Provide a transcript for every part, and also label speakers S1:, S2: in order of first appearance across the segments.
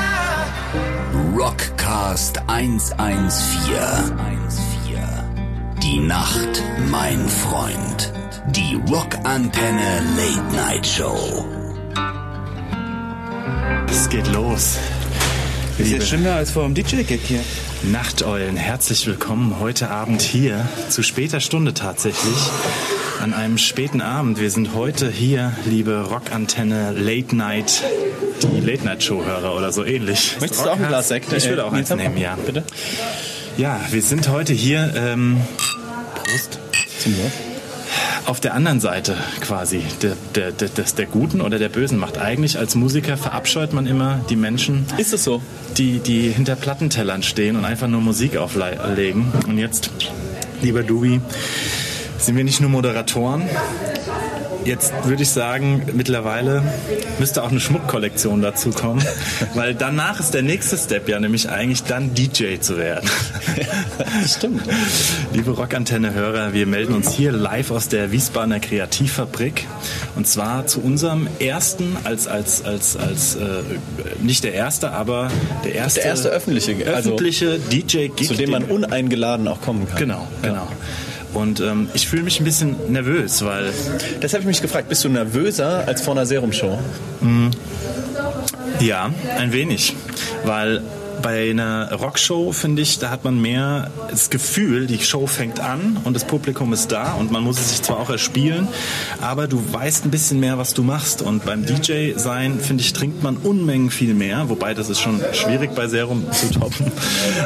S1: Antenne. Rockcast 114. Die Nacht, mein Freund. Die Rockantenne Late Night Show.
S2: Es geht los.
S3: Ist jetzt schlimmer als vor dem DJ-Gig hier.
S2: Nachteulen, herzlich willkommen heute Abend hier, zu später Stunde tatsächlich, an einem späten Abend. Wir sind heute hier, liebe Rockantenne Late Night, die Late Night Show-Hörer oder so ähnlich.
S3: Möchtest du auch ein Glas Sekt?
S2: Ich würde
S3: Äh,
S2: auch
S3: Nils,
S2: eins nehmen, ja.
S3: Bitte.
S2: Ja, wir sind heute hier ähm,
S3: Prost. Zum Wohl.
S2: auf der anderen Seite quasi, der, der, der, des- der guten oder der bösen Macht. Eigentlich als Musiker verabscheut man immer die Menschen,
S3: Ist es so?
S2: die, die hinter Plattentellern stehen und einfach nur Musik auflegen. Und jetzt, lieber Dubi, sind wir nicht nur Moderatoren. Jetzt würde ich sagen, mittlerweile müsste auch eine Schmuckkollektion dazu kommen, weil danach ist der nächste Step ja nämlich eigentlich dann DJ zu werden.
S3: Stimmt.
S2: Liebe Rockantenne-Hörer, wir melden uns hier live aus der Wiesbadener Kreativfabrik. Und zwar zu unserem ersten, als, als, als, als äh, nicht der erste, aber der erste,
S3: Der erste öffentliche, also-
S2: öffentliche DJ-Gig.
S3: Zu dem man
S2: den-
S3: uneingeladen auch kommen kann.
S2: Genau, genau. Und ähm, ich fühle mich ein bisschen nervös, weil
S3: Das habe ich mich gefragt. Bist du nervöser als vor einer Serumshow?
S2: Ja, ein wenig. Weil bei einer Rockshow, finde ich, da hat man mehr das Gefühl, die Show fängt an und das Publikum ist da und man muss es sich zwar auch erspielen, aber du weißt ein bisschen mehr, was du machst. Und beim DJ-Sein, finde ich, trinkt man Unmengen viel mehr, wobei das ist schon schwierig bei Serum zu toppen.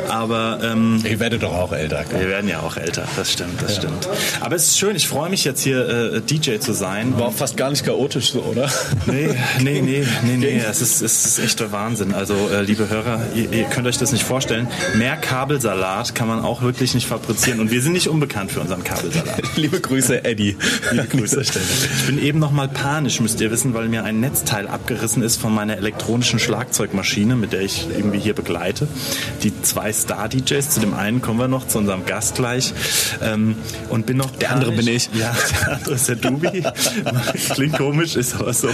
S2: Aber ähm,
S3: Ihr werdet doch auch älter.
S2: wir werden ja auch älter, das stimmt, das stimmt. Aber es ist schön, ich freue mich jetzt hier äh, DJ zu sein.
S3: War auch fast gar nicht chaotisch so, oder?
S2: Nee, nee, nee, nee, nee. Es ist, es ist echt der Wahnsinn. Also, äh, liebe Hörer, ihr, ihr könnt euch das nicht vorstellen. Mehr Kabelsalat kann man auch wirklich nicht fabrizieren. Und wir sind nicht unbekannt für unseren Kabelsalat.
S3: Liebe Grüße, Eddie.
S2: Liebe Grüße. Ich bin eben noch mal panisch, müsst ihr wissen, weil mir ein Netzteil abgerissen ist von meiner elektronischen Schlagzeugmaschine, mit der ich irgendwie hier begleite. Die zwei Star-DJs, zu dem einen kommen wir noch, zu unserem Gast gleich. Ähm, und bin noch Der
S3: andere bin ich.
S2: Ja, der andere ist der Dubi. Klingt komisch, ist aber so.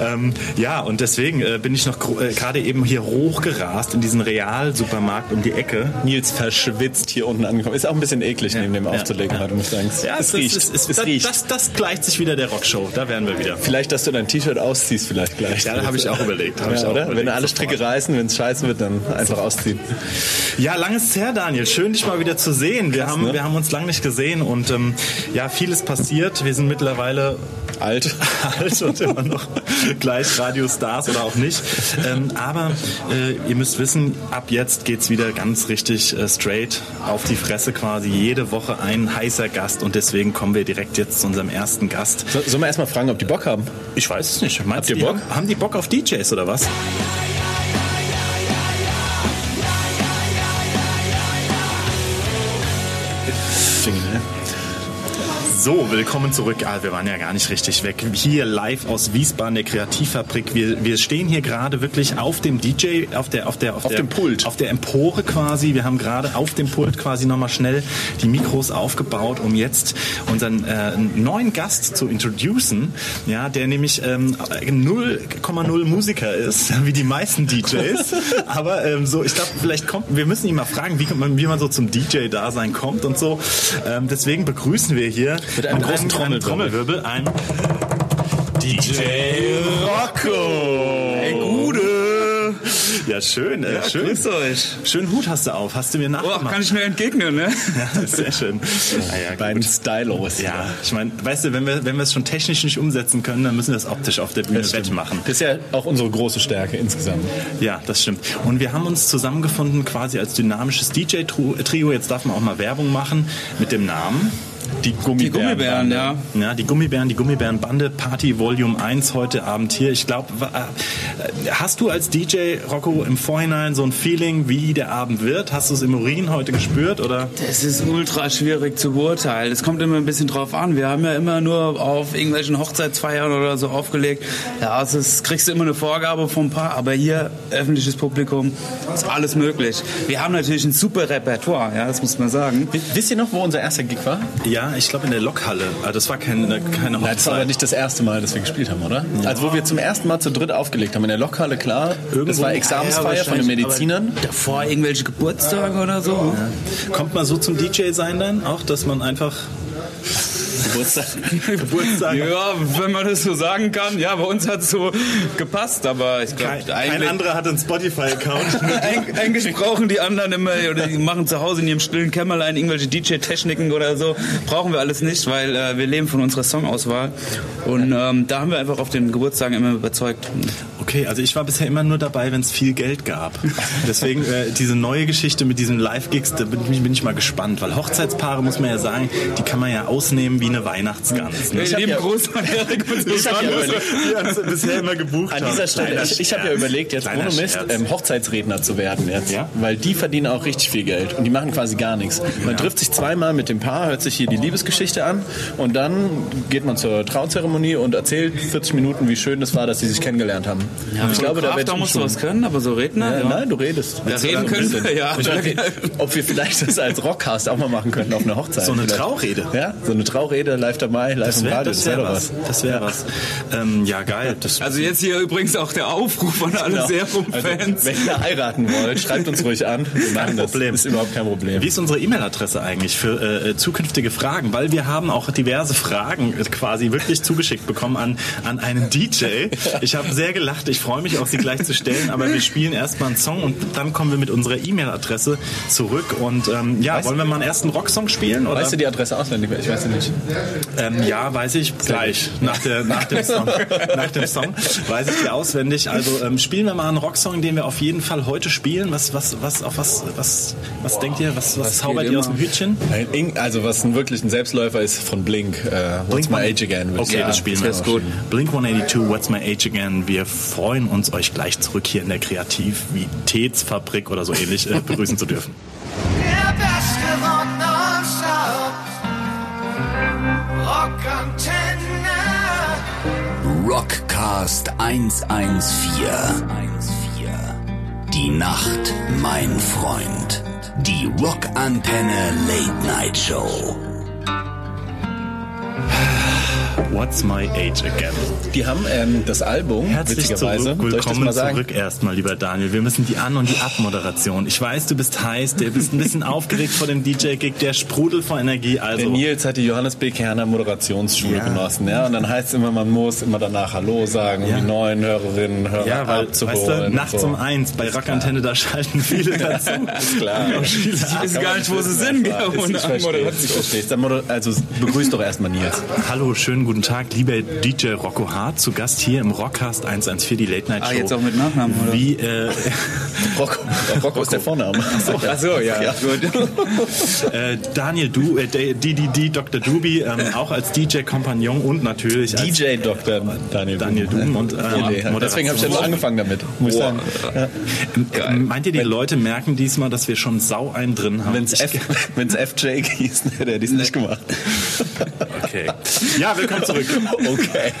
S2: Ähm, ja, und deswegen äh, bin ich noch gro- äh, gerade eben hier hochgerast in diesen Real-Supermarkt um die Ecke.
S3: Nils verschwitzt hier unten angekommen. Ist auch ein bisschen eklig, neben dem
S2: ja,
S3: aufzulegen
S2: ja.
S3: heute, muss ich sagen.
S2: Ja,
S3: es, riecht.
S2: Ist,
S3: es
S2: das,
S3: riecht.
S2: Das, das gleicht sich wieder der Rockshow. Da wären wir wieder.
S3: Vielleicht, dass du dein T-Shirt ausziehst, vielleicht gleich.
S2: Ja, da habe ich auch überlegt, habe
S3: Ja,
S2: ich auch
S3: oder?
S2: überlegt,
S3: Wenn alle
S2: sofort.
S3: Stricke reißen, wenn es scheiße wird, dann einfach ausziehen.
S2: Ja, lang ist es her, Daniel. Schön, dich mal wieder zu sehen. Wir, haben,
S3: ne?
S2: wir haben uns lang nicht gesehen und ähm, ja, vieles passiert. Wir sind mittlerweile
S3: Alt.
S2: alt und immer noch gleich Radiostars oder auch nicht. Ähm, aber äh, ihr müsst wissen, ab jetzt geht's wieder ganz richtig äh, straight auf die Fresse quasi. Jede Woche ein heißer Gast und deswegen kommen wir direkt jetzt zu unserem ersten Gast.
S3: So, sollen wir erstmal fragen, ob die Bock haben?
S2: Ich weiß es nicht. Meinst
S3: Habt ihr
S2: die
S3: Bock?
S2: Haben, haben die Bock auf DJs oder was? So, willkommen zurück. Ah, wir waren ja gar nicht richtig weg. Hier live aus Wiesbaden, der Kreativfabrik. Wir, wir stehen hier gerade wirklich auf dem DJ, auf der, auf der,
S3: Auf
S2: der,
S3: dem Pult.
S2: auf der Empore quasi. Wir haben gerade auf dem Pult quasi nochmal schnell die Mikros aufgebaut, um jetzt unseren äh, neuen Gast zu introducen. Ja, der nämlich ähm, 0,0 Musiker ist, wie die meisten DJs. Aber ähm, so, ich glaube, vielleicht kommt, wir müssen ihn mal fragen, wie man, wie man so zum DJ-Dasein kommt und so. Ähm, deswegen begrüßen wir hier
S3: Mit einem großen
S2: einem Trommelwirbel ein DJ Rocco. Ey, Gude. Ja, schön, äh, schön.
S4: Grüß euch.
S2: Schönen Hut hast du auf, hast du mir
S4: Oh,
S2: nachgemacht.
S4: kann ich nur entgegnen, ne?
S2: ja, sehr schön. Ah, ja,
S3: Beiden Stylos.
S2: ja, ich meine, weißt du, wenn wir, wenn wir es schon technisch nicht umsetzen können, dann müssen wir es optisch auf der Bühne
S3: Das stimmt.
S2: wettmachen.
S3: Das ist ja auch unsere große Stärke insgesamt.
S2: Ja, das stimmt. Und wir haben uns zusammengefunden quasi als dynamisches DJ-Trio. Jetzt darf man auch mal Werbung machen mit dem Namen.
S3: Die Gummibären.
S4: Die Gummibären, ja.
S2: Ja, die Gummibären, die Gummibärenbande, Party Volume 1 heute Abend hier. Ich glaube, hast du als DJ Rocco im Vorhinein so ein Feeling, wie der Abend wird? Hast du es im Urin heute gespürt oder?
S4: Das ist ultra schwierig zu beurteilen. Es kommt immer ein bisschen drauf an. Wir haben ja immer nur auf irgendwelchen Hochzeitsfeiern oder so aufgelegt. Ja, also es ist, kriegst du immer eine Vorgabe vom Paar. Aber hier, öffentliches Publikum, ist alles möglich. Wir haben natürlich ein super Repertoire, ja, das muss man sagen.
S3: Wisst ihr noch, wo unser erster Gig war?
S2: Ja, war, ich glaube, in der Lokhalle. Ah, Das war keine, keine
S3: Nein, das war aber
S2: Hochzeit.
S3: nicht das erste Mal, dass wir gespielt haben, oder? Also wo wir zum ersten Mal zu dritt aufgelegt haben in der Lokhalle, klar. das war Examensfeier von den Medizinern.
S4: Davor irgendwelche Geburtstage oder so.
S2: Kommt man so zum DJ sein dann auch, dass man einfach
S3: Geburtstag.
S2: Geburtstag...
S4: Ja, wenn man das so sagen kann. Ja, bei uns hat es so gepasst, aber ich
S2: Kein,
S4: glaube,
S2: kein
S4: eigentlich...
S2: anderer hat einen Spotify-Account.
S4: Eig- Eigentlich brauchen die anderen immer, oder die machen zu Hause in ihrem stillen Kämmerlein irgendwelche DJ-Techniken oder so. Brauchen wir alles nicht, weil äh, wir leben von unserer Songauswahl. Und ähm, da haben wir einfach auf den Geburtstagen immer überzeugt.
S2: Okay, also ich war bisher immer nur dabei, wenn es viel Geld gab. Deswegen äh, diese neue Geschichte mit diesen Live-Gigs, da bin ich, bin ich mal gespannt, weil Hochzeitspaare, muss man ja sagen, die kann man ja ausnehmen wie eine Weihnachtsgans. Ne?
S4: Wir leben
S3: ja-
S4: groß an Erik und
S3: Ich hab ja überlegt,
S2: Die hat's bisher immer gebucht
S3: An
S2: haben.
S3: dieser Stelle,
S2: Kleiner
S3: ich, ich habe ja
S2: Scherz.
S3: überlegt, jetzt
S2: Kleiner
S3: ohne Mist
S2: Scherz.
S3: ähm, Hochzeitsredner zu werden jetzt.
S2: Ja?
S3: Weil die verdienen auch richtig viel Geld und die machen quasi gar nichts. Man trifft sich zweimal mit dem Paar, hört sich hier die Liebesgeschichte an und dann geht man zur Trauzeremonie und erzählt 40 Minuten, wie schön es war, dass sie sich kennengelernt haben. ich glaube, da, werd
S4: da
S3: ich
S4: musst du
S3: schon-
S4: was können, aber so Redner.
S3: Ja,
S4: ja.
S3: Nein, du redest.
S4: Ja, reden können wir, ja.
S3: Ich meine, ob wir vielleicht das als Rockcast auch mal machen könnten auf einer Hochzeit.
S2: So eine
S3: Vielleicht.
S2: Traurede.
S3: Ja, so eine Traurede, live dabei, live
S2: Das
S3: im
S2: wäre
S3: Radio.
S2: das wär
S3: doch
S2: was. Das wäre was. Ähm, ja, geil. Das,
S4: Also jetzt hier übrigens auch der Aufruf an alle
S3: Genau.
S4: Serum-Fans.
S3: Also, wenn ihr heiraten wollt, schreibt uns ruhig an. Wir machen das.
S2: Problem.
S3: Ist überhaupt kein Problem.
S2: Wie ist unsere E-Mail-Adresse eigentlich für äh, äh, zukünftige Fragen? Weil wir haben auch diverse Fragen äh, quasi wirklich zugeschickt bekommen an, an einen DJ. Ich habe sehr gelacht. Ich freue mich auch, sie gleich zu stellen. Aber wir spielen erstmal einen Song und dann kommen wir mit unserer E-Mail-Adresse zurück. Und ähm, ja, wollen wir mal einen ersten Rocksong spielen? Oder?
S3: Weißt du die Adresse auswendig? Ich weiß sie nicht.
S2: Ähm, ja, weiß ich gleich. Nach, der, nach, dem Song, nach dem Song weiß ich die auswendig. Also ähm, spielen wir mal einen Rocksong, den wir auf jeden Fall heute spielen. Was, was, was, auf was, was, was denkt ihr? Was, was
S4: geht
S2: zaubert ihr aus dem
S4: immer.
S2: Hütchen?
S3: Ein Ing- Also was ein wirklich ein Selbstläufer ist von Blink. Äh, What's my age again? würde ich
S2: Okay,
S3: sagen.
S2: das spielen wir.
S4: das wär's gut.
S2: Blink 182, What's My Age Again. Wir freuen uns, euch gleich zurück hier in der Kreativitätsfabrik oder so ähnlich äh, begrüßen zu dürfen.
S5: Der beste Rock nonstop. Rock Antenne.
S1: Rockcast 114. Die Nacht, mein Freund. Die Rock Antenne Late Night Show.
S2: What's My Age Again.
S3: Die haben ähm, das Album,
S2: Herzlich
S3: witzigerweise,
S2: zurück.
S3: soll ich das
S2: Willkommen
S3: mal sagen?
S2: zurück erstmal, lieber Daniel. Wir müssen die An- und die Abmoderation. Ich weiß, du bist heiß, du bist ein bisschen aufgeregt vor dem DJ-Gig, der Sprudel vor Energie.
S3: Der
S2: Also,
S3: Nils hat die Johannes B. Kerner Moderationsschule
S2: Ja.
S3: genossen, ja. Und dann heißt es immer, man muss immer danach Hallo sagen, um
S2: Ja.
S3: die neuen Hörerinnen, Hörer
S2: ja, weil,
S3: abzuholen.
S2: weißt du,
S3: und
S2: nachts
S3: so.
S2: um eins bei Rockantenne, da schalten viele dazu.
S3: Ist klar.
S4: Ich weiß gar nicht, wo sie
S3: Ist
S4: sind.
S3: klar.
S4: gell,
S3: Ist-
S4: ohne
S3: Ich verstehe.
S4: Anmoderation.
S3: Ich verstehe. Dann moder- Also begrüß doch erstmal Nils.
S2: Hallo, schönen guten Tag, lieber DJ Rocco Hart, zu Gast hier im Rockcast 114, die Late Night Show.
S4: Ah, jetzt auch mit Nachnamen, oder?
S2: Wie, äh,
S3: Rocco, Rocco ist der Vorname.
S4: Ach so, ja, gut.
S2: äh, Daniel Du, äh, DDD, Dr. Dubi, ähm, auch als DJ-Kompagnon und natürlich als
S3: DJ Dr. Daniel,
S2: Daniel Duhm und, äh, Moderation.
S3: Deswegen habe ich ja nur angefangen damit. Muss ich sagen.
S2: Ähm, Meint ihr, die Leute merken diesmal, dass wir schon Sau einen drin haben?
S3: Wenn es FJ hieß, ne, der hätte es nicht gemacht.
S2: Okay. Ja, willkommen zurück.
S3: Okay.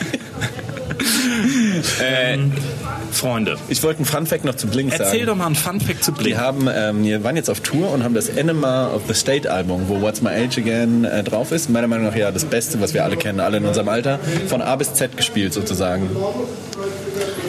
S2: Freunde,
S3: Ich wollte einen Funfact noch zu Blink sagen.
S2: erzähl doch mal einen Funfact zu Blink.
S3: Die haben, ähm, die waren jetzt auf Tour und haben das Enema of the State Album, wo What's My Age Again äh, drauf ist. Meiner Meinung nach ja das Beste, was wir alle kennen, alle in unserem Alter, von A bis Z gespielt sozusagen.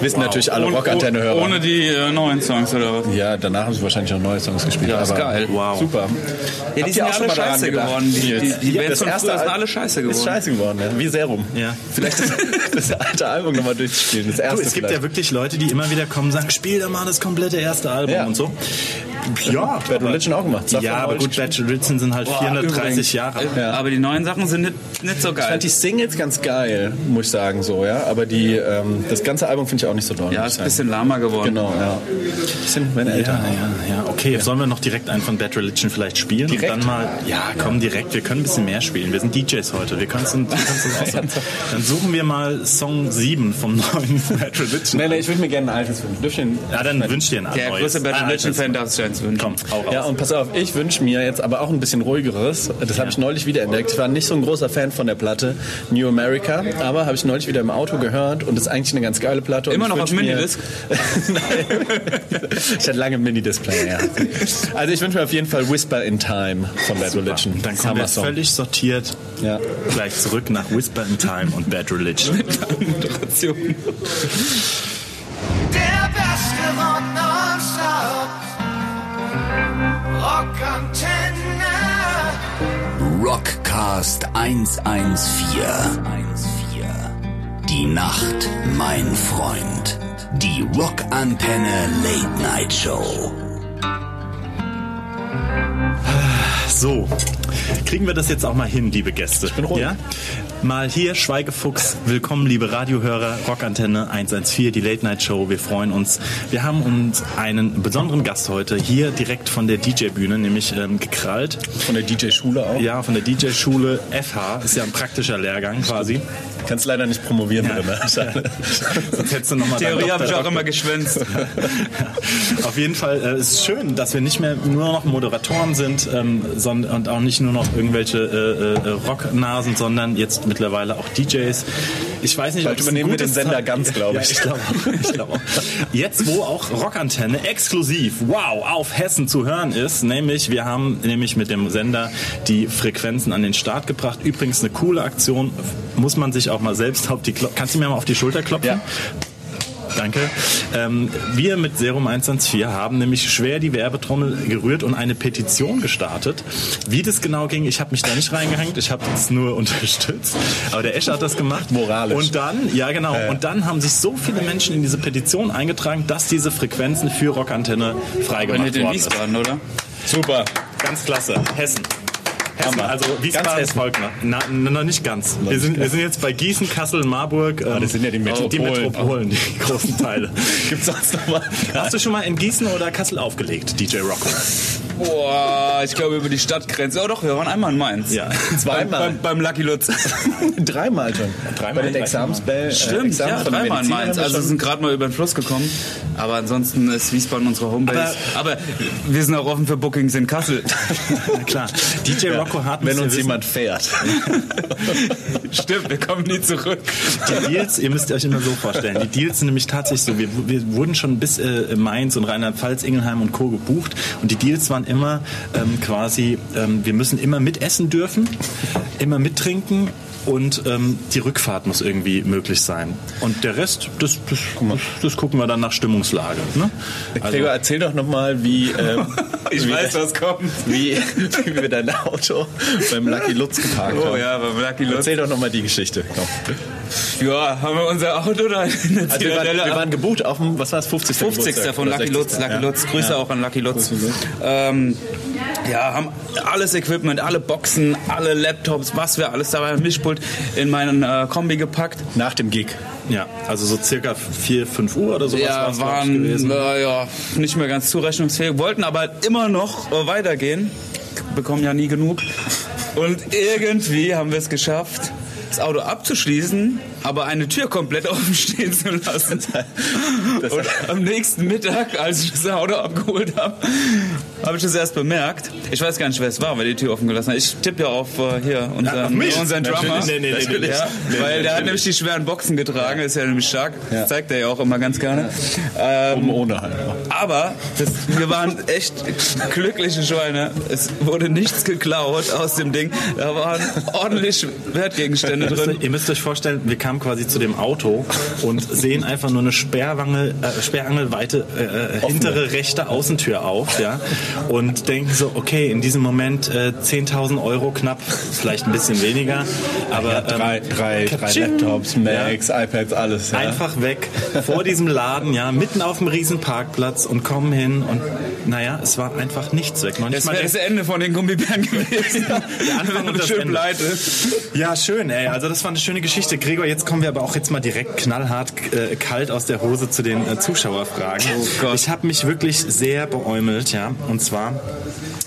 S3: Wissen natürlich alle
S4: Ohne-
S3: Rockantenne-Hörer.
S4: Ohne die äh, neuen Songs oder was?
S3: Ja, danach haben sie wahrscheinlich auch neue Songs gespielt.
S4: Ja, ist
S3: aber
S4: geil.
S2: Wow.
S3: Super.
S4: Ja, die
S3: Habt ihr
S4: sind ja
S3: auch schon
S4: alle
S3: mal daran
S4: scheiße
S3: gedacht?
S4: geworden, die- die-
S3: Nils?
S4: die
S3: Ja,
S4: Bands
S3: das
S4: von
S3: erste
S4: früher sind
S3: Al-
S4: alle scheiße
S3: Ist
S4: geworden.
S3: scheiße geworden, ja. Wie Serum.
S2: Ja.
S3: Vielleicht das, das alte Album nochmal durchspielen. Das
S2: Du,
S3: erste
S2: es gibt ja
S3: vielleicht.
S2: wirklich Leute, die immer wieder kommen und sagen, spiel doch mal das komplette erste Album
S3: Ja.
S2: und so. Ja,
S3: Bad Religion auch gemacht. Saffron
S2: ja aber
S3: Orange
S2: gut, Bad Religion sind halt 430
S4: übrigens.
S2: Jahre alt.
S4: Äh, Aber die neuen Sachen sind nicht, nicht so
S3: Ich
S4: geil.
S3: fand die Singles ganz geil, muss ich sagen, so, ja. Aber die, ähm, das ganze Album finde ich auch nicht so doll.
S4: Ja,
S3: muss
S4: ist
S3: ich
S4: ein
S3: sagen.
S4: bisschen lahmer geworden.
S3: Genau, ja. Bisschen meine
S2: Ja,
S3: Eltern.
S2: Ah, ja, ja. Okay, jetzt sollen wir noch direkt einen von Bad Religion vielleicht spielen
S3: Direkt?
S2: und dann mal. Ja, komm direkt. Wir können ein bisschen mehr spielen. Wir sind DJs heute. Wir können es uns aussuchen. Dann suchen wir mal Song 7 vom neuen Bad Religion.
S3: Nee, nee, ich würde mir gerne ein altes wünschen. Dürfen
S2: Ja, dann wünsch dir ein
S4: Der
S2: neues.
S4: größte Bad
S2: Ah,
S4: Religion Fan darf es sein. eins wünschen.
S2: Komm, hau raus.
S3: Ja, und pass auf, ich wünsche mir jetzt aber auch ein bisschen ruhigeres. Das habe ich neulich wieder entdeckt. Ich war nicht so ein großer Fan von der Platte New America, aber habe ich neulich wieder im Auto gehört und ist eigentlich eine ganz geile Platte. Und
S4: Immer
S3: ich
S4: noch auf
S3: wünsch mir-
S4: Minidisc?
S3: Nein. ich hatte lange Minidisplay, ja. Also ich wünsche mir auf jeden Fall Whisper in Time von Bad Religion.
S2: Dann kommen wir
S3: Hammer-Song.
S2: völlig sortiert
S3: Ja.
S2: gleich zurück nach Whisper in Time und Bad Religion.
S4: Moderation.
S5: Der beste Rock nonstop. Rock Antenne.
S1: Rockcast 114. Die Nacht, mein Freund. Die Rockantenne Late Night Show.
S2: So, kriegen wir das jetzt auch mal hin, liebe Gäste. Ich bin
S3: ruhig.
S2: Ja? Mal hier, Schweigefuchs. Willkommen, liebe Radiohörer, Rockantenne 114, die Late Night Show. Wir freuen uns. Wir haben uns einen besonderen Gast heute hier direkt von der DJ-Bühne, nämlich ähm, gekrallt.
S3: Von der DJ-Schule auch.
S2: Ja, von der DJ-Schule FH. Ist ja ein praktischer Lehrgang quasi.
S3: Kannst leider nicht promovieren,
S2: Ja.
S3: ja. ne? Schade.
S2: Sonst hättest du noch mal deinen
S4: Theorie habe ich
S2: Doktor-
S4: auch immer geschwänzt.
S2: Auf jeden Fall äh, ist es schön, dass wir nicht mehr nur noch Moderatoren sind ähm, sondern, und auch nicht nur noch irgendwelche äh, äh, Rocknasen, sondern jetzt mittlerweile auch DJs. Ich weiß nicht,
S3: Bald
S2: ob es ein
S3: übernehmen wir
S2: gutes
S3: den Sender
S2: Ze-
S3: ganz, glaube ich.
S2: Ja, ich glaube auch, ich glaube auch. Jetzt, wo auch Rockantenne exklusiv, wow, auf Hessen zu hören ist, nämlich wir haben nämlich mit dem Sender die Frequenzen an den Start gebracht. Übrigens eine coole Aktion, muss man sich auch mal selbst auf die Klo Kannst du mir mal auf die Schulter klopfen?
S3: Ja.
S2: Danke. Ähm, wir mit Serum 114 haben nämlich schwer die Werbetrommel gerührt und eine Petition gestartet. Wie das genau ging, ich habe mich da nicht reingehängt, ich habe es nur unterstützt. Aber der Escher hat das gemacht.
S3: Moralisch.
S2: Und dann, ja genau, und dann haben sich so viele Menschen in diese Petition eingetragen, dass diese Frequenzen für Rockantenne freigemacht
S4: Nicht in
S2: worden ist.
S4: Wiesbaden, oder?
S3: Super.
S2: Ganz klasse. Hessen. Hessen,
S3: Hammer.
S2: also Wiesbaden
S3: Ganz
S2: ganz
S3: Hessen.
S2: folgt noch. Na, na, noch nicht ganz. wir, sind, wir sind jetzt bei Gießen, Kassel, Marburg. Ähm,
S3: Ah, das sind ja die
S2: Die
S3: Metropolen.
S2: Metropolen, die großen Teile.
S3: Gibt's sonst noch mal?
S2: Hast du schon mal in Gießen oder Kassel aufgelegt, DJ Rocco?
S4: Boah, ich glaube über die Stadtgrenze. Oh doch, wir waren einmal in Mainz.
S2: Ja.
S3: Zweimal.
S4: Beim, beim Lucky Lutz.
S3: Dreimal schon.
S2: Dreimal?
S3: Bei den äh, Examensbällen.
S4: Stimmt, ja, dreimal in Mainz. Also sind gerade mal über den Fluss gekommen. Aber ansonsten ist Wiesbaden unsere Homebase. Aber, wir sind auch offen für Bookings in Kassel.
S2: Na klar. DJ Rocco hat
S3: wenn uns jemand fährt.
S4: Stimmt, wir kommen nie zurück.
S2: Die Deals, ihr müsst euch immer so vorstellen. Die Deals sind nämlich tatsächlich so. Wir, wir wurden schon bis äh, Mainz und Rheinland-Pfalz, Ingelheim und Co. gebucht. Und die Deals waren immer ähm, quasi, ähm, wir müssen immer mitessen dürfen, immer mittrinken und ähm, die Rückfahrt muss irgendwie möglich sein. Und der Rest, das, das, das, das gucken wir dann nach Stimmungslage. Ne?
S3: Gregor, erzähl doch nochmal, wie, ähm,
S4: Also- Ich
S3: wie,
S4: weiß, was kommt.
S3: wie, wie wir dein Auto beim Lucky Lutz geparkt
S4: Oh
S3: haben.
S4: ja, beim Lucky Lutz.
S3: Erzähl doch nochmal die Geschichte. Komm.
S4: Ja, haben wir unser Auto da in der
S3: Also wir, waren,
S4: Zitadelle
S3: wir waren gebucht auf dem, was war das, 50.
S4: 50.
S3: Geburtstag
S4: von
S3: oder
S4: Lucky
S3: 60.
S4: Lutz. Lucky
S3: Ja.
S4: Lutz. Grüße auch an Lucky Lutz. Ähm, ja, haben alles Equipment, alle Boxen, alle Laptops, was wir alles dabei haben, Mischpult in meinen äh, Kombi gepackt.
S3: Nach dem Gig.
S2: Ja, also so circa 4, 5 Uhr oder sowas
S4: ja,
S2: war's, glaub ich,
S4: waren
S2: gewesen.
S4: äh, ja, nicht mehr ganz zurechnungsfähig, wollten aber immer noch äh, weitergehen, bekommen ja nie genug. Und irgendwie haben wir es geschafft, das Auto abzuschließen, aber eine Tür komplett offen stehen zu lassen. Und am nächsten Mittag, als ich das Auto abgeholt habe, habe ich das erst bemerkt. Ich weiß gar nicht, wer es war, weil die Tür offen gelassen hat. Ich tippe ja auf äh, hier unseren,
S2: auf mich?
S4: unseren Drummer.
S2: Natürlich. Ähm, Nee, nee, nee, nee, nee.
S4: Ja,
S2: Nee,
S4: weil der hat
S2: natürlich.
S4: nämlich die schweren Boxen getragen, ist ja nämlich stark. Das zeigt er ja auch immer ganz gerne. Ähm,
S3: Um ohne halt.
S4: aber das, wir waren echt glückliche Schweine. Es wurde nichts geklaut aus dem Ding. Da waren ordentlich Wertgegenstände
S2: Ihr
S4: drin.
S2: müsst, ihr müsst euch vorstellen, wir kamen quasi zu dem Auto und sehen einfach nur eine Sperrwange, äh, Sperrangelweite äh, äh, hintere rechte Außentür auf, ja, und denken so, okay, in diesem Moment äh, 10.000 Euro knapp, vielleicht ein bisschen weniger, aber
S3: Drei,
S2: ähm,
S3: drei, drei
S2: Katsching.
S3: Laptops,
S2: Ja.
S3: Macs, iPads, alles. Ja.
S2: Einfach weg vor diesem Laden, ja, mitten auf dem riesen Parkplatz und kommen hin und naja, es war einfach nichts weg. Noch nicht
S4: Das
S2: mal
S4: wäre
S2: der-
S4: das Ende von den Gummibären gewesen. Der
S2: Anfang und das
S4: schön
S2: Ende.
S4: pleite.
S2: Ja, schön, ey. Also das war eine schöne Geschichte. Gregor, jetzt kommen wir aber auch jetzt mal direkt knallhart äh, kalt aus der Hose zu den äh, Zuschauerfragen.
S4: Oh Gott.
S2: Ich habe mich wirklich sehr beäumelt, ja. Und zwar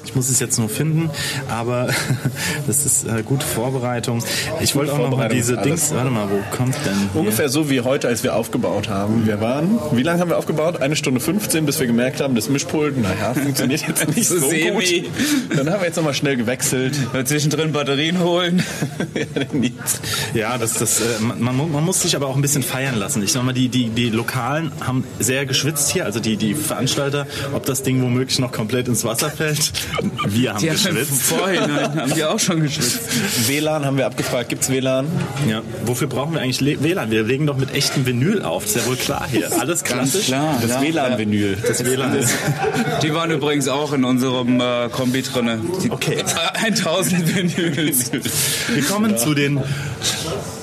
S2: Ich muss es jetzt nur finden, aber das ist äh, gute Vorbereitung. Ich wollte auch noch mal
S3: Vorbereitung
S2: diese
S3: ist alles.
S2: Dings. Warte mal, wo kommt denn? hier?
S3: Ungefähr so wie heute, als wir aufgebaut haben. Wir waren, wie lange haben wir aufgebaut? Eine Stunde 15, bis wir gemerkt haben, das Mischpult, naja, funktioniert jetzt nicht so,
S4: So semi.
S3: gut. Dann haben wir jetzt nochmal schnell gewechselt.
S4: Mal zwischendrin Batterien holen.
S3: ja, Nils.
S2: Ja, das, das, äh, man, man mu- man muss sich aber auch ein bisschen feiern lassen. Ich sag mal, die, die, die Lokalen haben sehr geschwitzt hier, also die, die Veranstalter, ob das Ding womöglich noch komplett ins Wasser fällt. Wir haben
S4: Die haben im
S2: geschwitzt.
S4: Vorhinein haben die auch schon geschwitzt.
S3: WLAN haben wir abgefragt. Gibt's WLAN?
S2: Ja. Wofür brauchen wir eigentlich Le- WLAN? Wir legen doch mit echtem Vinyl auf, ist ja wohl klar hier. Alles klassisch.
S4: klar,
S2: Das
S4: ja.
S2: WLAN-Vinyl. Das WLAN ist.
S4: Die waren übrigens auch in unserem äh, Kombi drinne. Die
S2: Okay.
S4: 1000 Vinyls.
S2: Wir kommen zu den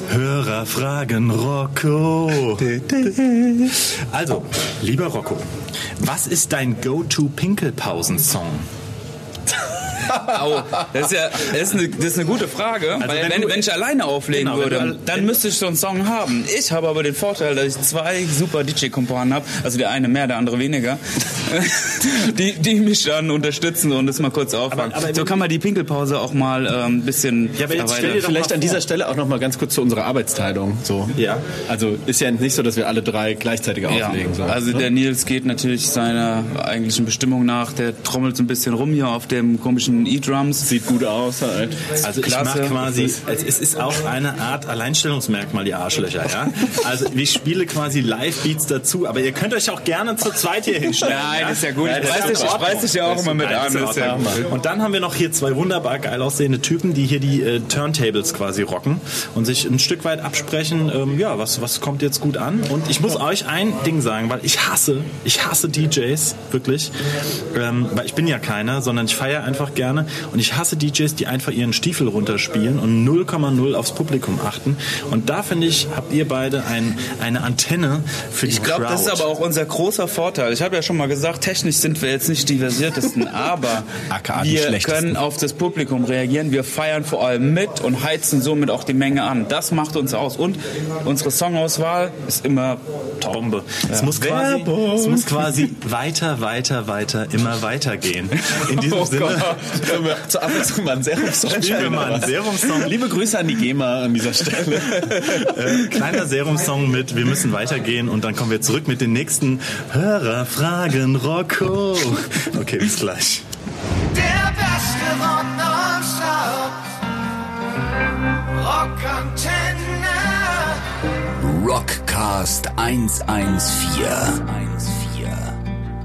S2: Hörerfragen Rocco. Also, lieber Rocco, was ist dein Go-To-Pinkelpausen-Song?
S4: Au, das ist ja das ist eine, das ist eine gute Frage, weil
S2: Also wenn
S4: wenn,
S2: du-
S4: wenn ich alleine auflegen
S2: Genau, wenn du
S4: würde,
S2: al-
S4: dann müsste ich so einen Song haben. Ich habe aber den Vorteil, dass ich zwei super DJ-Komponenten habe, also der eine mehr, der andere weniger, die, die mich dann unterstützen und das mal kurz auffangen.
S2: Aber- aber-
S4: So kann man die Pinkelpause auch mal äh, ein bisschen
S2: Ja, aber jetzt stell dir
S4: erweitern.
S2: doch
S3: Vielleicht
S2: mal
S3: an dieser Stelle auch nochmal ganz kurz zu unserer Arbeitsteilung. So.
S2: Ja.
S3: Also ist ja nicht so, dass wir alle drei gleichzeitig
S4: Ja,
S3: auflegen. So.
S4: also
S3: Ne?
S4: der Nils geht natürlich seiner eigentlichen Bestimmung nach. Der trommelt so ein bisschen rum hier auf dem komischen E-Drums.
S3: sieht gut aus halt.
S2: Also ich
S4: Klasse.
S2: mache quasi, es es ist auch eine Art Alleinstellungsmerkmal, die Arschlöcher, ja? Also ich spiele quasi Live-Beats dazu, aber ihr könnt euch auch gerne zu zweit hier hinstellen.
S4: Nein, ist ja gut. Ich
S2: das ist
S4: weiß dich-
S2: in
S4: ich
S2: Ordnung.
S4: weiß dich ja auch
S2: Das ist
S4: immer mit
S2: in
S4: an, das ist ja
S2: Ordnung. Und dann haben wir noch hier zwei wunderbar geil aussehende Typen, die hier die äh, Turntables quasi rocken und sich ein Stück weit absprechen, ähm, ja, was, was kommt jetzt gut an. Und ich muss euch ein Ding sagen, weil ich hasse, ich hasse DJs, wirklich. Ähm, weil ich bin ja keiner, sondern ich feiere einfach gerne. Und ich hasse DJs, die einfach ihren Stiefel runterspielen und 0,0 aufs Publikum achten. Und da finde ich, habt ihr beide ein, eine Antenne für die
S4: Ich glaube, das ist
S2: Crowd.
S4: aber auch unser großer Vorteil. Ich habe ja schon mal gesagt, technisch sind wir jetzt nicht die versiertesten, aber
S3: AKA die
S4: wir
S3: schlechtesten.
S4: können auf das Publikum reagieren. Wir feiern vor allem mit und heizen somit auch die Menge an. Das macht uns aus. Und unsere Songauswahl ist immer top.
S2: Bombe. Es, muss quasi, es muss quasi weiter, weiter, weiter, immer weitergehen. In diesem
S4: Oh
S2: Sinne
S3: Können wir zur Abwechslung mal einen Serumsong
S2: spielen wir mal einen Serumsong.
S3: Liebe Grüße an die GEMA an dieser Stelle.
S2: Äh, kleiner Serum-Song mit Wir müssen weitergehen und dann kommen wir zurück mit den nächsten Hörerfragen, Rocco. Okay, bis gleich.
S5: Der beste Rock nonstop. Rock Antenne.
S1: Rockcast 114.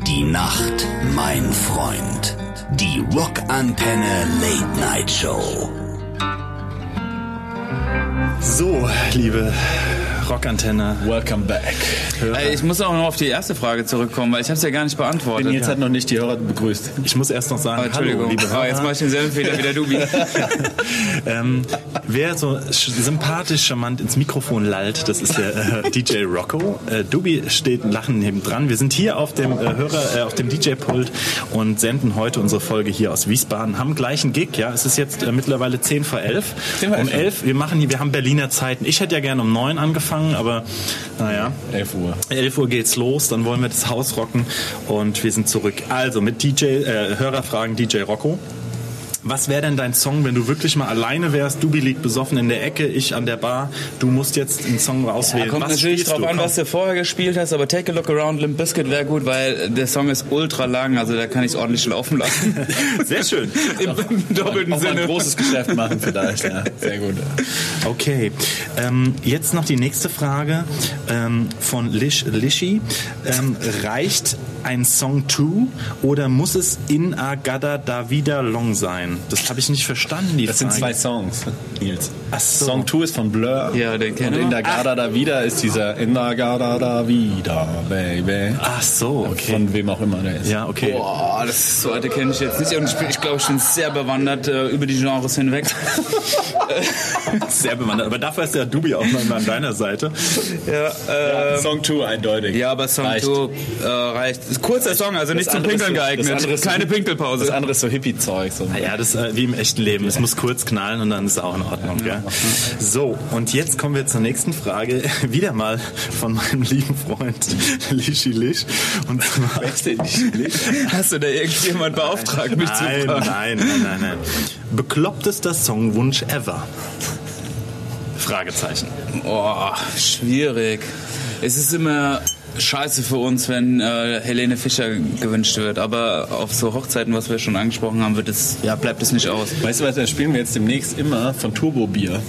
S1: Die Nacht, mein Freund. Die Rock Antenne Late Night Show.
S2: So, liebe Rockantenne.
S3: Welcome back.
S4: Ey, Ich muss auch noch auf die erste Frage zurückkommen, weil ich habe es ja gar nicht beantwortet.
S3: Nils hat noch nicht die Hörer begrüßt.
S2: Ich muss erst noch
S4: Oh,
S2: sagen,
S4: Entschuldigung,
S2: hallo, liebe
S4: oh, jetzt mache
S2: Hörer.
S4: ich denselben Fehler wie der Dubi.
S2: ähm, wer so sch- sympathisch, charmant ins Mikrofon lallt, das ist der äh, DJ Rocco. Äh, Dubi steht lachend nebendran. Wir sind hier auf dem äh, Hörer, äh, auf dem DJ-Pult und senden heute unsere Folge hier aus Wiesbaden. Haben gleich einen Gig, ja. Es ist jetzt äh, mittlerweile 10 vor 11.
S3: 10 vor
S2: um
S3: 11, ja.
S2: 11, wir machen hier, wir haben Berliner Zeiten. Ich hätte ja gerne um 9 angefangen, aber naja.
S3: 11 Uhr.
S2: 11 Uhr geht's los, dann wollen wir das Haus rocken und wir sind zurück. Also mit DJ, äh, Hörerfragen DJ Rocco. Was wäre denn dein Song, wenn du wirklich mal alleine wärst? Dubi liegt besoffen in der Ecke, ich an der Bar. Du musst jetzt einen Song auswählen.
S4: Kommt
S2: Äh, was
S4: natürlich
S2: spielst
S4: drauf
S2: du?
S4: an,
S2: Komm.
S4: was du vorher gespielt hast, aber Take a Look Around Limp Bizkit wäre gut, weil der Song ist ultra lang, also da kann ich ordentlich laufen lassen.
S2: Sehr schön.
S4: Im, im doppelten
S3: Auch mal ein
S4: Sinne.
S3: großes Geschäft machen vielleicht. Ja, sehr gut.
S2: Okay, ähm, jetzt noch die nächste Frage ähm, von Lish Lishi. Ähm, reicht ein Song to oder muss es in Agada Davida Long sein? Das habe ich nicht verstanden, die
S3: Das sind
S2: Frage.
S3: zwei Songs, Nils.
S2: Ach so.
S3: Song 2 ist von Blur.
S4: Ja, den
S3: Und
S4: kennen
S3: in
S4: wir.
S3: der Garda da wieder ist dieser In der Garda da wieder, baby.
S2: Ach so, okay.
S3: Von wem auch immer der ist.
S2: Ja, okay.
S4: Boah, das zweite kenne ich jetzt nicht und ich bin, ich glaube, ich bin sehr bewandert äh, über die Genres hinweg.
S2: Sehr bewandert. Aber dafür ist der Dubi auch mal an deiner Seite.
S4: ja, äh,
S3: Ähm, Song 2 eindeutig.
S4: ja, aber Song
S3: Reicht.
S4: 2 äh, reicht. Ist kurzer Song, also nicht
S3: Das
S4: zum
S3: andere ist
S4: Pinkeln
S3: so- das andere
S4: geeignet.
S3: ist so-
S4: Keine
S3: Das
S4: Pinkelpause.
S3: andere ist so Hippie-Zeug. So.
S2: Ja, das äh, wie im echten Leben. Es muss kurz knallen und dann ist es auch in Ordnung. Gell? So, und jetzt kommen wir zur nächsten Frage. Wieder mal von meinem lieben Freund Lischi Lisch. Und zwar,
S4: Hast du da irgendjemand beauftragt, mich zu
S2: nein,
S4: fragen?
S2: nein, nein, nein, nein. Beklopptester Songwunsch ever? Fragezeichen.
S4: Boah, Oh, schwierig. Es ist immer scheiße für uns, wenn äh, Helene Fischer gewünscht wird. Aber auf so Hochzeiten, was wir schon angesprochen haben, wird es, ja, bleibt es nicht aus.
S3: Weißt du was, da spielen wir jetzt demnächst immer von Turbo Bier.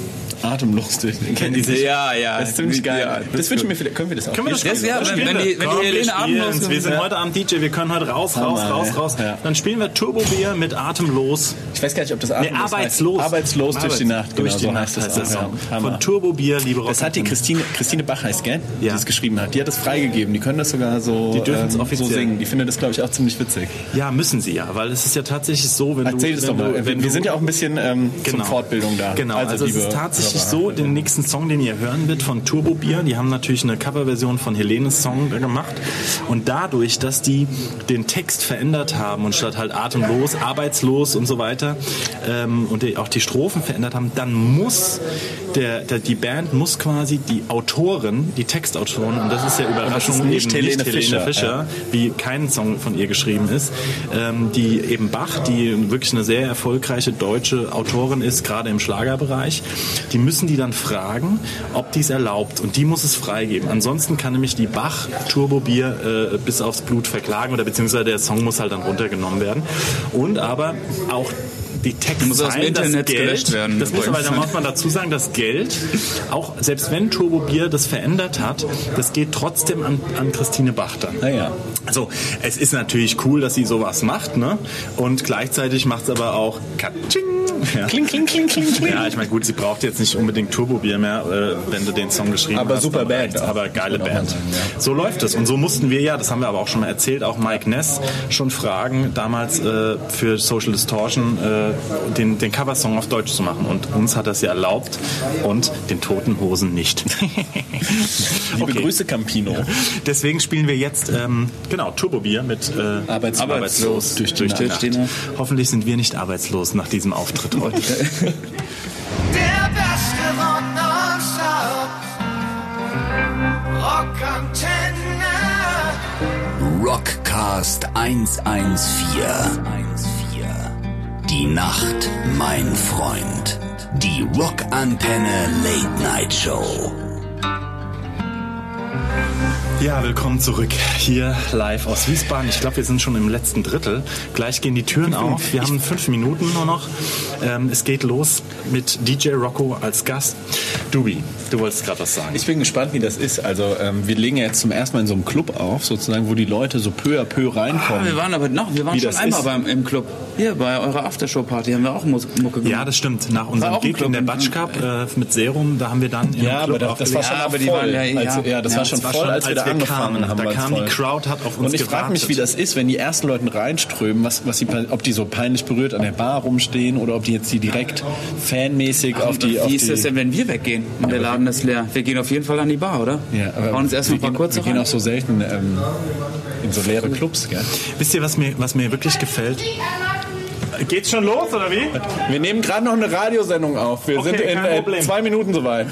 S3: Atemlos durch. Kennen die sich?
S4: Ja, ja.
S3: Das ist ziemlich geil.
S4: Ja,
S3: das wünsche ich mir vielleicht. Können wir das auch?
S2: Können wir das
S4: Das-
S2: spielen?
S4: ja,
S2: Das
S4: wenn-
S2: spielen
S4: wenn
S2: wir.
S4: die- wenn die
S2: Komm, wir
S4: Helene
S2: spielen's.
S4: atemlos
S2: Wir
S4: sind,
S2: sind
S4: ja.
S2: heute Abend DJ, wir können heute raus, raus,
S3: Hammer,
S2: raus,
S3: ey.
S2: raus.
S3: Ja.
S2: Dann spielen wir Turbo Bier mit Atemlos.
S3: Ich weiß gar nicht, ob das Atemlos
S2: Nee, arbeitslos.
S3: Heißt. Arbeitslos durch die Nacht.
S2: Durch
S3: genau,
S2: die
S3: so
S2: Nacht
S3: heißt das
S2: heißt der
S3: auch,
S2: Song.
S3: Ja. Hammer.
S2: Von Turbo Bier, liebe
S3: Das hat die
S2: Rockantenne.
S3: Christine, Christine Bach heißt, gell? Die
S2: Ja.
S3: das geschrieben hat. Die hat das freigegeben. Die können das sogar so, ähm,
S2: Die dürfen es
S3: so
S2: offiziell.
S3: singen. Die findet das, glaube ich, auch ziemlich witzig.
S2: Ja, müssen sie ja, weil es ist ja tatsächlich so, wenn
S3: Erzähl
S2: du...
S3: es
S2: wenn
S3: doch mal.
S2: Du, wenn
S3: wir
S2: du,
S3: sind ja auch ein bisschen ähm, zur Fortbildung da.
S2: Genau, also, es
S3: liebe
S2: ist tatsächlich
S3: Hörer.
S2: so, den nächsten Song, den ihr hören wird von Turbo Bier, die haben natürlich eine Coverversion von Helenes Song gemacht und dadurch, dass die den Text verändert haben und statt halt atemlos, arbeitslos und so weiter ähm, und die, auch die Strophen verändert haben, dann muss der, der, die Band muss quasi die Autoren, die Textautoren, und das ist ja Überraschung,
S3: nicht
S2: eben
S3: Helene
S2: nicht Helene
S3: Fischer,
S2: Fischer, wie kein Song von ihr geschrieben ist, ähm, die eben Bach, die wirklich eine sehr erfolgreiche deutsche Autorin ist, gerade im Schlagerbereich, die müssen die dann fragen, ob dies erlaubt und die muss es freigeben. Ansonsten kann nämlich die Bach Turbo Bier äh, bis aufs Blut verklagen oder beziehungsweise der Song muss halt dann runtergenommen werden. Und aber auch die Texte
S4: Muss aus dem
S2: das
S4: Internet
S2: Geld,
S4: gelöscht werden,
S2: Das muss aber
S4: übrigens.
S2: dann muss man dazu sagen, das Geld, auch selbst wenn Turbo Bier das verändert hat, das geht trotzdem an, an Christine Bach dann.
S3: Ah, ja.
S2: Also es ist natürlich cool, dass sie sowas macht, ne? Und gleichzeitig macht es aber auch Katsching. Ja. Kling, kling, kling, kling, kling. Ja, ich meine, gut, sie braucht jetzt nicht unbedingt Turbobier mehr, äh, wenn du den Song geschrieben
S3: Aber
S2: hast.
S3: super
S2: dann
S3: Band
S2: reicht's.
S3: auch.
S2: Aber geile
S3: Muss man auch
S2: Band.
S3: mal sagen,
S2: So läuft es. Und so mussten wir ja, das haben wir aber auch schon mal erzählt, auch Mike Ness schon fragen, damals äh, für Social Distortion äh, den, den Coversong auf Deutsch zu machen. Und uns hat das ja erlaubt und den Toten Hosen nicht.
S3: Liebe
S2: Okay.
S3: Grüße, Campino.
S2: Deswegen spielen wir jetzt ähm, genau Turbobier mit äh,
S3: Arbeitslos.
S2: durch, durch die Nacht. Hoffentlich sind wir nicht arbeitslos nach diesem Auftritt heute.
S5: Der Beste von uns auf Rockantenne.
S1: Rockcast 114. Die Nacht, mein Freund. Die Rockantenne Late Night Show.
S2: ja, willkommen zurück hier live aus Wiesbaden. Ich glaube, wir sind schon im letzten Drittel. Gleich gehen die Türen auf. Wir haben fünf Minuten nur noch. Ähm, es geht los mit DJ Rocco als Gast. Dubi, du wolltest gerade was sagen.
S3: Ich bin gespannt, wie das ist. Also ähm, wir legen ja jetzt zum ersten Mal in so einem Club auf, sozusagen, wo die Leute so peu à peu
S4: Ah, wir
S3: reinkommen.
S4: waren aber noch, wir waren
S3: Wie
S4: schon
S3: das
S4: einmal
S3: ist.
S4: beim, im Club. Hier, bei eurer Aftershow-Party haben wir auch Mus Mucke gemacht.
S2: ja, das stimmt. Nach
S4: War
S2: unserem
S4: auch ein
S2: Gig in
S4: Club.
S2: der Batsch Cup äh, mit Serum, da haben wir dann im Club aufgelegt.
S4: war schon aber die waren ja-
S3: als,
S4: ja.
S3: ja, das
S4: Ja,
S3: war schon
S2: das war
S3: voll,
S2: schon,
S3: als wir da
S2: als wir
S3: angefangen
S2: kamen.
S3: haben.
S2: Da
S3: war's
S2: kam die
S3: voll.
S2: Crowd, hat auf uns
S3: Und ich frage mich,
S2: gewartet.
S3: wie das ist, wenn die ersten Leute reinströmen, was, was sie, ob die so peinlich berührt an der Bar rumstehen oder ob die jetzt die direkt fanmäßig auf die... Auf
S4: Wie ist
S3: die
S4: das denn, wenn wir weggehen und der Laden ist leer? Wir gehen auf jeden Fall an die Bar, oder? Hauen uns erst noch
S3: wir
S4: ein paar
S3: gehen-
S4: kurze
S3: Wir gehen
S4: rein.
S3: auch so selten ähm, in so leere Clubs, gell?
S2: Wisst ihr, was mir, was mir wirklich gefällt? Geht's schon los, oder wie?
S3: Wir nehmen gerade noch eine Radiosendung auf. Wir
S2: Okay,
S3: sind in
S2: kein
S3: äh,
S2: Problem.
S3: zwei Minuten soweit.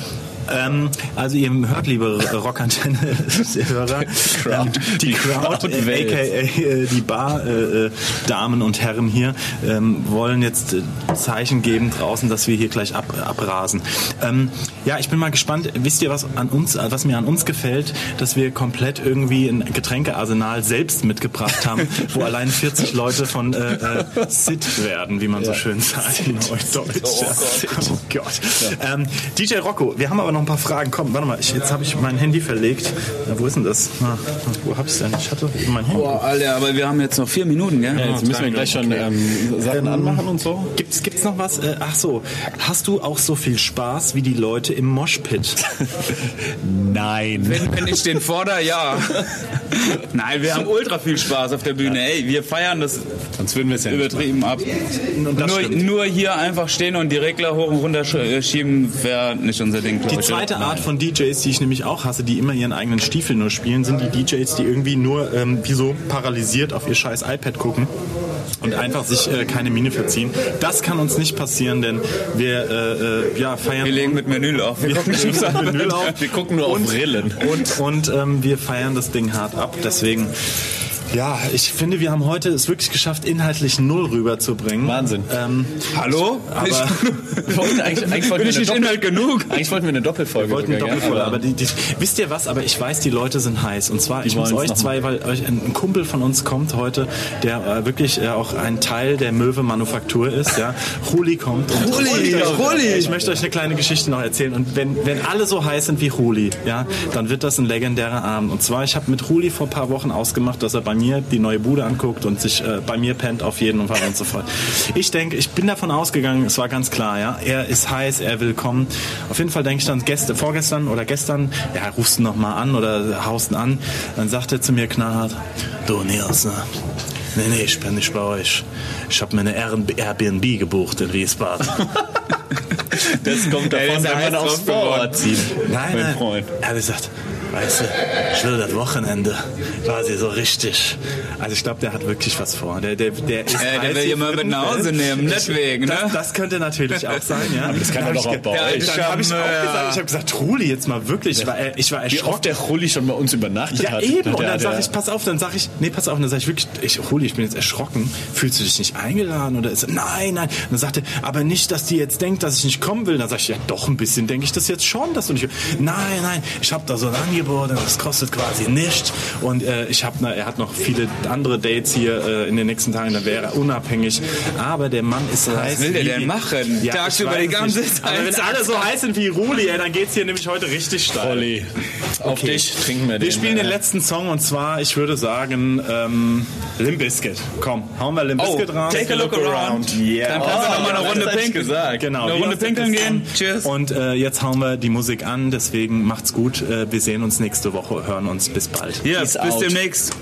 S2: Ähm, also ihr hört, liebe Rockantenne-Hörer, ähm, die
S3: Die
S2: Crowd,
S3: Crowd
S2: äh,
S3: wählt.
S2: aka äh, die Bar-Damen und Herren hier, ähm, wollen jetzt äh, Zeichen geben draußen, dass wir hier gleich ab, abrasen. Ähm, ja, ich bin mal gespannt. Wisst ihr, was, an uns, äh, was mir an uns gefällt? Dass wir komplett irgendwie ein Getränkearsenal selbst mitgebracht haben, wo allein 40 Leute von äh, äh, Sit werden, wie man so schön sagt. in Neudeutsch. Oh Gott. Ähm, DJ Rocco, wir haben aber noch ein paar Fragen. Komm, warte mal, ich, jetzt habe ich mein Handy verlegt. Na, wo ist denn das? Na, wo hab ich denn? Ich hatte mein Handy.
S4: Boah, Alter, aber wir haben jetzt noch vier Minuten, gell?
S2: Ah,
S3: Jetzt müssen wir gleich schon ähm, Sachen
S4: Mhm.
S3: anmachen und so.
S2: Gibt's, gibt's noch was? Äh, ach so, hast du auch so viel Spaß wie die Leute im Moshpit?
S3: Nein.
S4: Wenn, wenn ich den forder, ja. Nein, wir haben ultra viel Spaß auf der Bühne. Ey, wir feiern das
S3: Sonst würden wir es ja nicht
S4: übertrieben ab.
S2: Und das
S4: Nur,
S2: stimmt.
S4: nur hier einfach stehen und die Regler hoch und runter sch- äh, schieben, wäre nicht unser Ding, glaub
S2: Die
S4: ich.
S2: zweite Art von DJs, die ich nämlich auch hasse, die immer ihren eigenen Stiefel nur spielen, sind die DJs, die irgendwie nur ähm, wie so paralysiert auf ihr scheiß iPad gucken und einfach sich äh, keine Miene verziehen. Das kann uns nicht passieren, denn wir äh, äh, ja, feiern
S4: Wir legen mit Menü auf. Wir gucken
S2: legen mit Menü auf.
S3: Wir gucken nur
S2: und,
S3: auf Rillen.
S2: Und, und ähm, wir feiern das Ding hart ab. Deswegen, ja, ich finde, wir haben heute es wirklich geschafft, inhaltlich null rüberzubringen.
S3: Wahnsinn.
S2: Ähm,
S4: Hallo?
S2: aber
S3: Wir wollten eigentlich, eigentlich wollten
S4: Bin
S3: wir
S4: ich
S3: eine Doppel-
S4: nicht Inhalt genug?
S3: Eigentlich wollten wir eine Doppelfolge.
S2: wir wollten eine
S3: sogar, gell?
S2: Doppelfolge, aber die, die, wisst ihr was? Aber ich weiß, die Leute sind heiß. Und zwar, ich muss
S3: wollen's
S2: euch
S3: noch
S2: zwei, weil euch ein, ein Kumpel von uns kommt heute, der äh, wirklich äh, auch ein Teil der Möwe-Manufaktur ist. Ja, Huli kommt. Und
S4: Huli,
S2: und euch,
S4: Huli!
S2: Ich möchte euch eine kleine Geschichte noch erzählen. Und wenn, wenn alle so heiß sind wie Huli, ja, dann wird das ein legendärer Abend. Und zwar, ich habe mit Huli vor ein paar Wochen ausgemacht, dass er bei mir die neue Bude anguckt und sich äh, bei mir pennt auf jeden und weiter und so fort. Ich denke, ich bin davon ausgegangen, es war ganz klar, ja, er ist heiß, er will kommen. Auf jeden Fall denke ich dann gest- vorgestern oder gestern, ja, rufst du noch mal an oder haust ihn an. Dann sagt er zu mir knallhart, du Nils, ne? Nee, nee, ich bin nicht bei euch. Ich habe mir eine Airbnb gebucht in Wiesbaden.
S3: Das kommt
S4: Ey,
S3: davon,
S4: ist ja
S3: wenn man
S4: heiß
S3: aufs
S4: drauf geworden.
S3: Vorort zieht.
S2: Nein,
S3: mein
S2: nein.
S3: Freund.
S2: Er hat gesagt, weißt du, ich will das Wochenende quasi so richtig. Also ich glaube, der hat wirklich was vor. Der, der, der, ist
S4: der
S2: heiß
S4: will
S2: hier
S4: jemand
S2: drin.
S4: mit nach Hause nehmen, deswegen, ne?
S2: Das, das könnte natürlich auch sein, ja. Aber
S3: das kann er doch auch bei
S4: euch.
S2: Dann habe ich auch
S4: Charmeur.
S2: gesagt, ich habe gesagt, Truli, jetzt mal wirklich. Ich war, ich war
S3: Wie oft
S2: erschrocken.
S3: der Rulli schon bei uns übernachtet
S2: Ja,
S3: hat.
S2: eben.
S3: Der-
S2: Und
S3: der-
S2: dann sage
S3: der-
S2: ich, pass auf, dann sage ich, nee, pass auf. Und dann sage ich wirklich, ich, Holi, ich bin jetzt erschrocken. Fühlst du dich nicht eingeladen? Oder ist, nein, nein. Und dann sagte, aber nicht, dass die jetzt denkt, dass ich nicht kommen will. Dann sage ich, ja, doch ein bisschen denke ich das jetzt schon, dass du nicht. Nein, nein, ich habe da so ein Angebot, und das kostet quasi nichts. Und äh, ich habe, er hat noch viele andere Dates hier äh, in den nächsten Tagen. Dann wäre er unabhängig. Aber der Mann ist heiß.
S4: will der
S2: wie-
S4: denn machen?
S2: Ja,
S4: Tagsüber
S2: ich weiß
S4: die ganze
S2: nicht. Aber
S4: Zeit.
S2: wenn alle so heiß sind wie Ruli, ey, dann geht's hier nämlich heute richtig steil.
S3: Rolli, auf
S2: Okay.
S3: dich trinken wir den.
S2: Wir spielen den
S3: äh,
S2: letzten Song und zwar, ich würde sagen, ähm, Limp Bizkit. Komm, hauen wir Limp Bizkit raus.
S4: Oh, take a look around. Dann
S2: Yeah.
S4: kannst du noch mal
S3: Oh, das
S4: eine Runde
S3: hab ich
S4: pinkeln.
S3: gesagt.
S2: Genau.
S4: Eine
S2: wir
S4: Runde
S2: lassen
S4: pinkeln
S2: das
S4: gehen.
S2: an.
S4: Cheers.
S2: Und äh, jetzt hauen wir die Musik an, deswegen macht's gut. Äh, wir sehen uns nächste Woche, hören uns bis bald.
S4: Ja,
S3: Peace
S4: bis
S3: out.
S4: demnächst.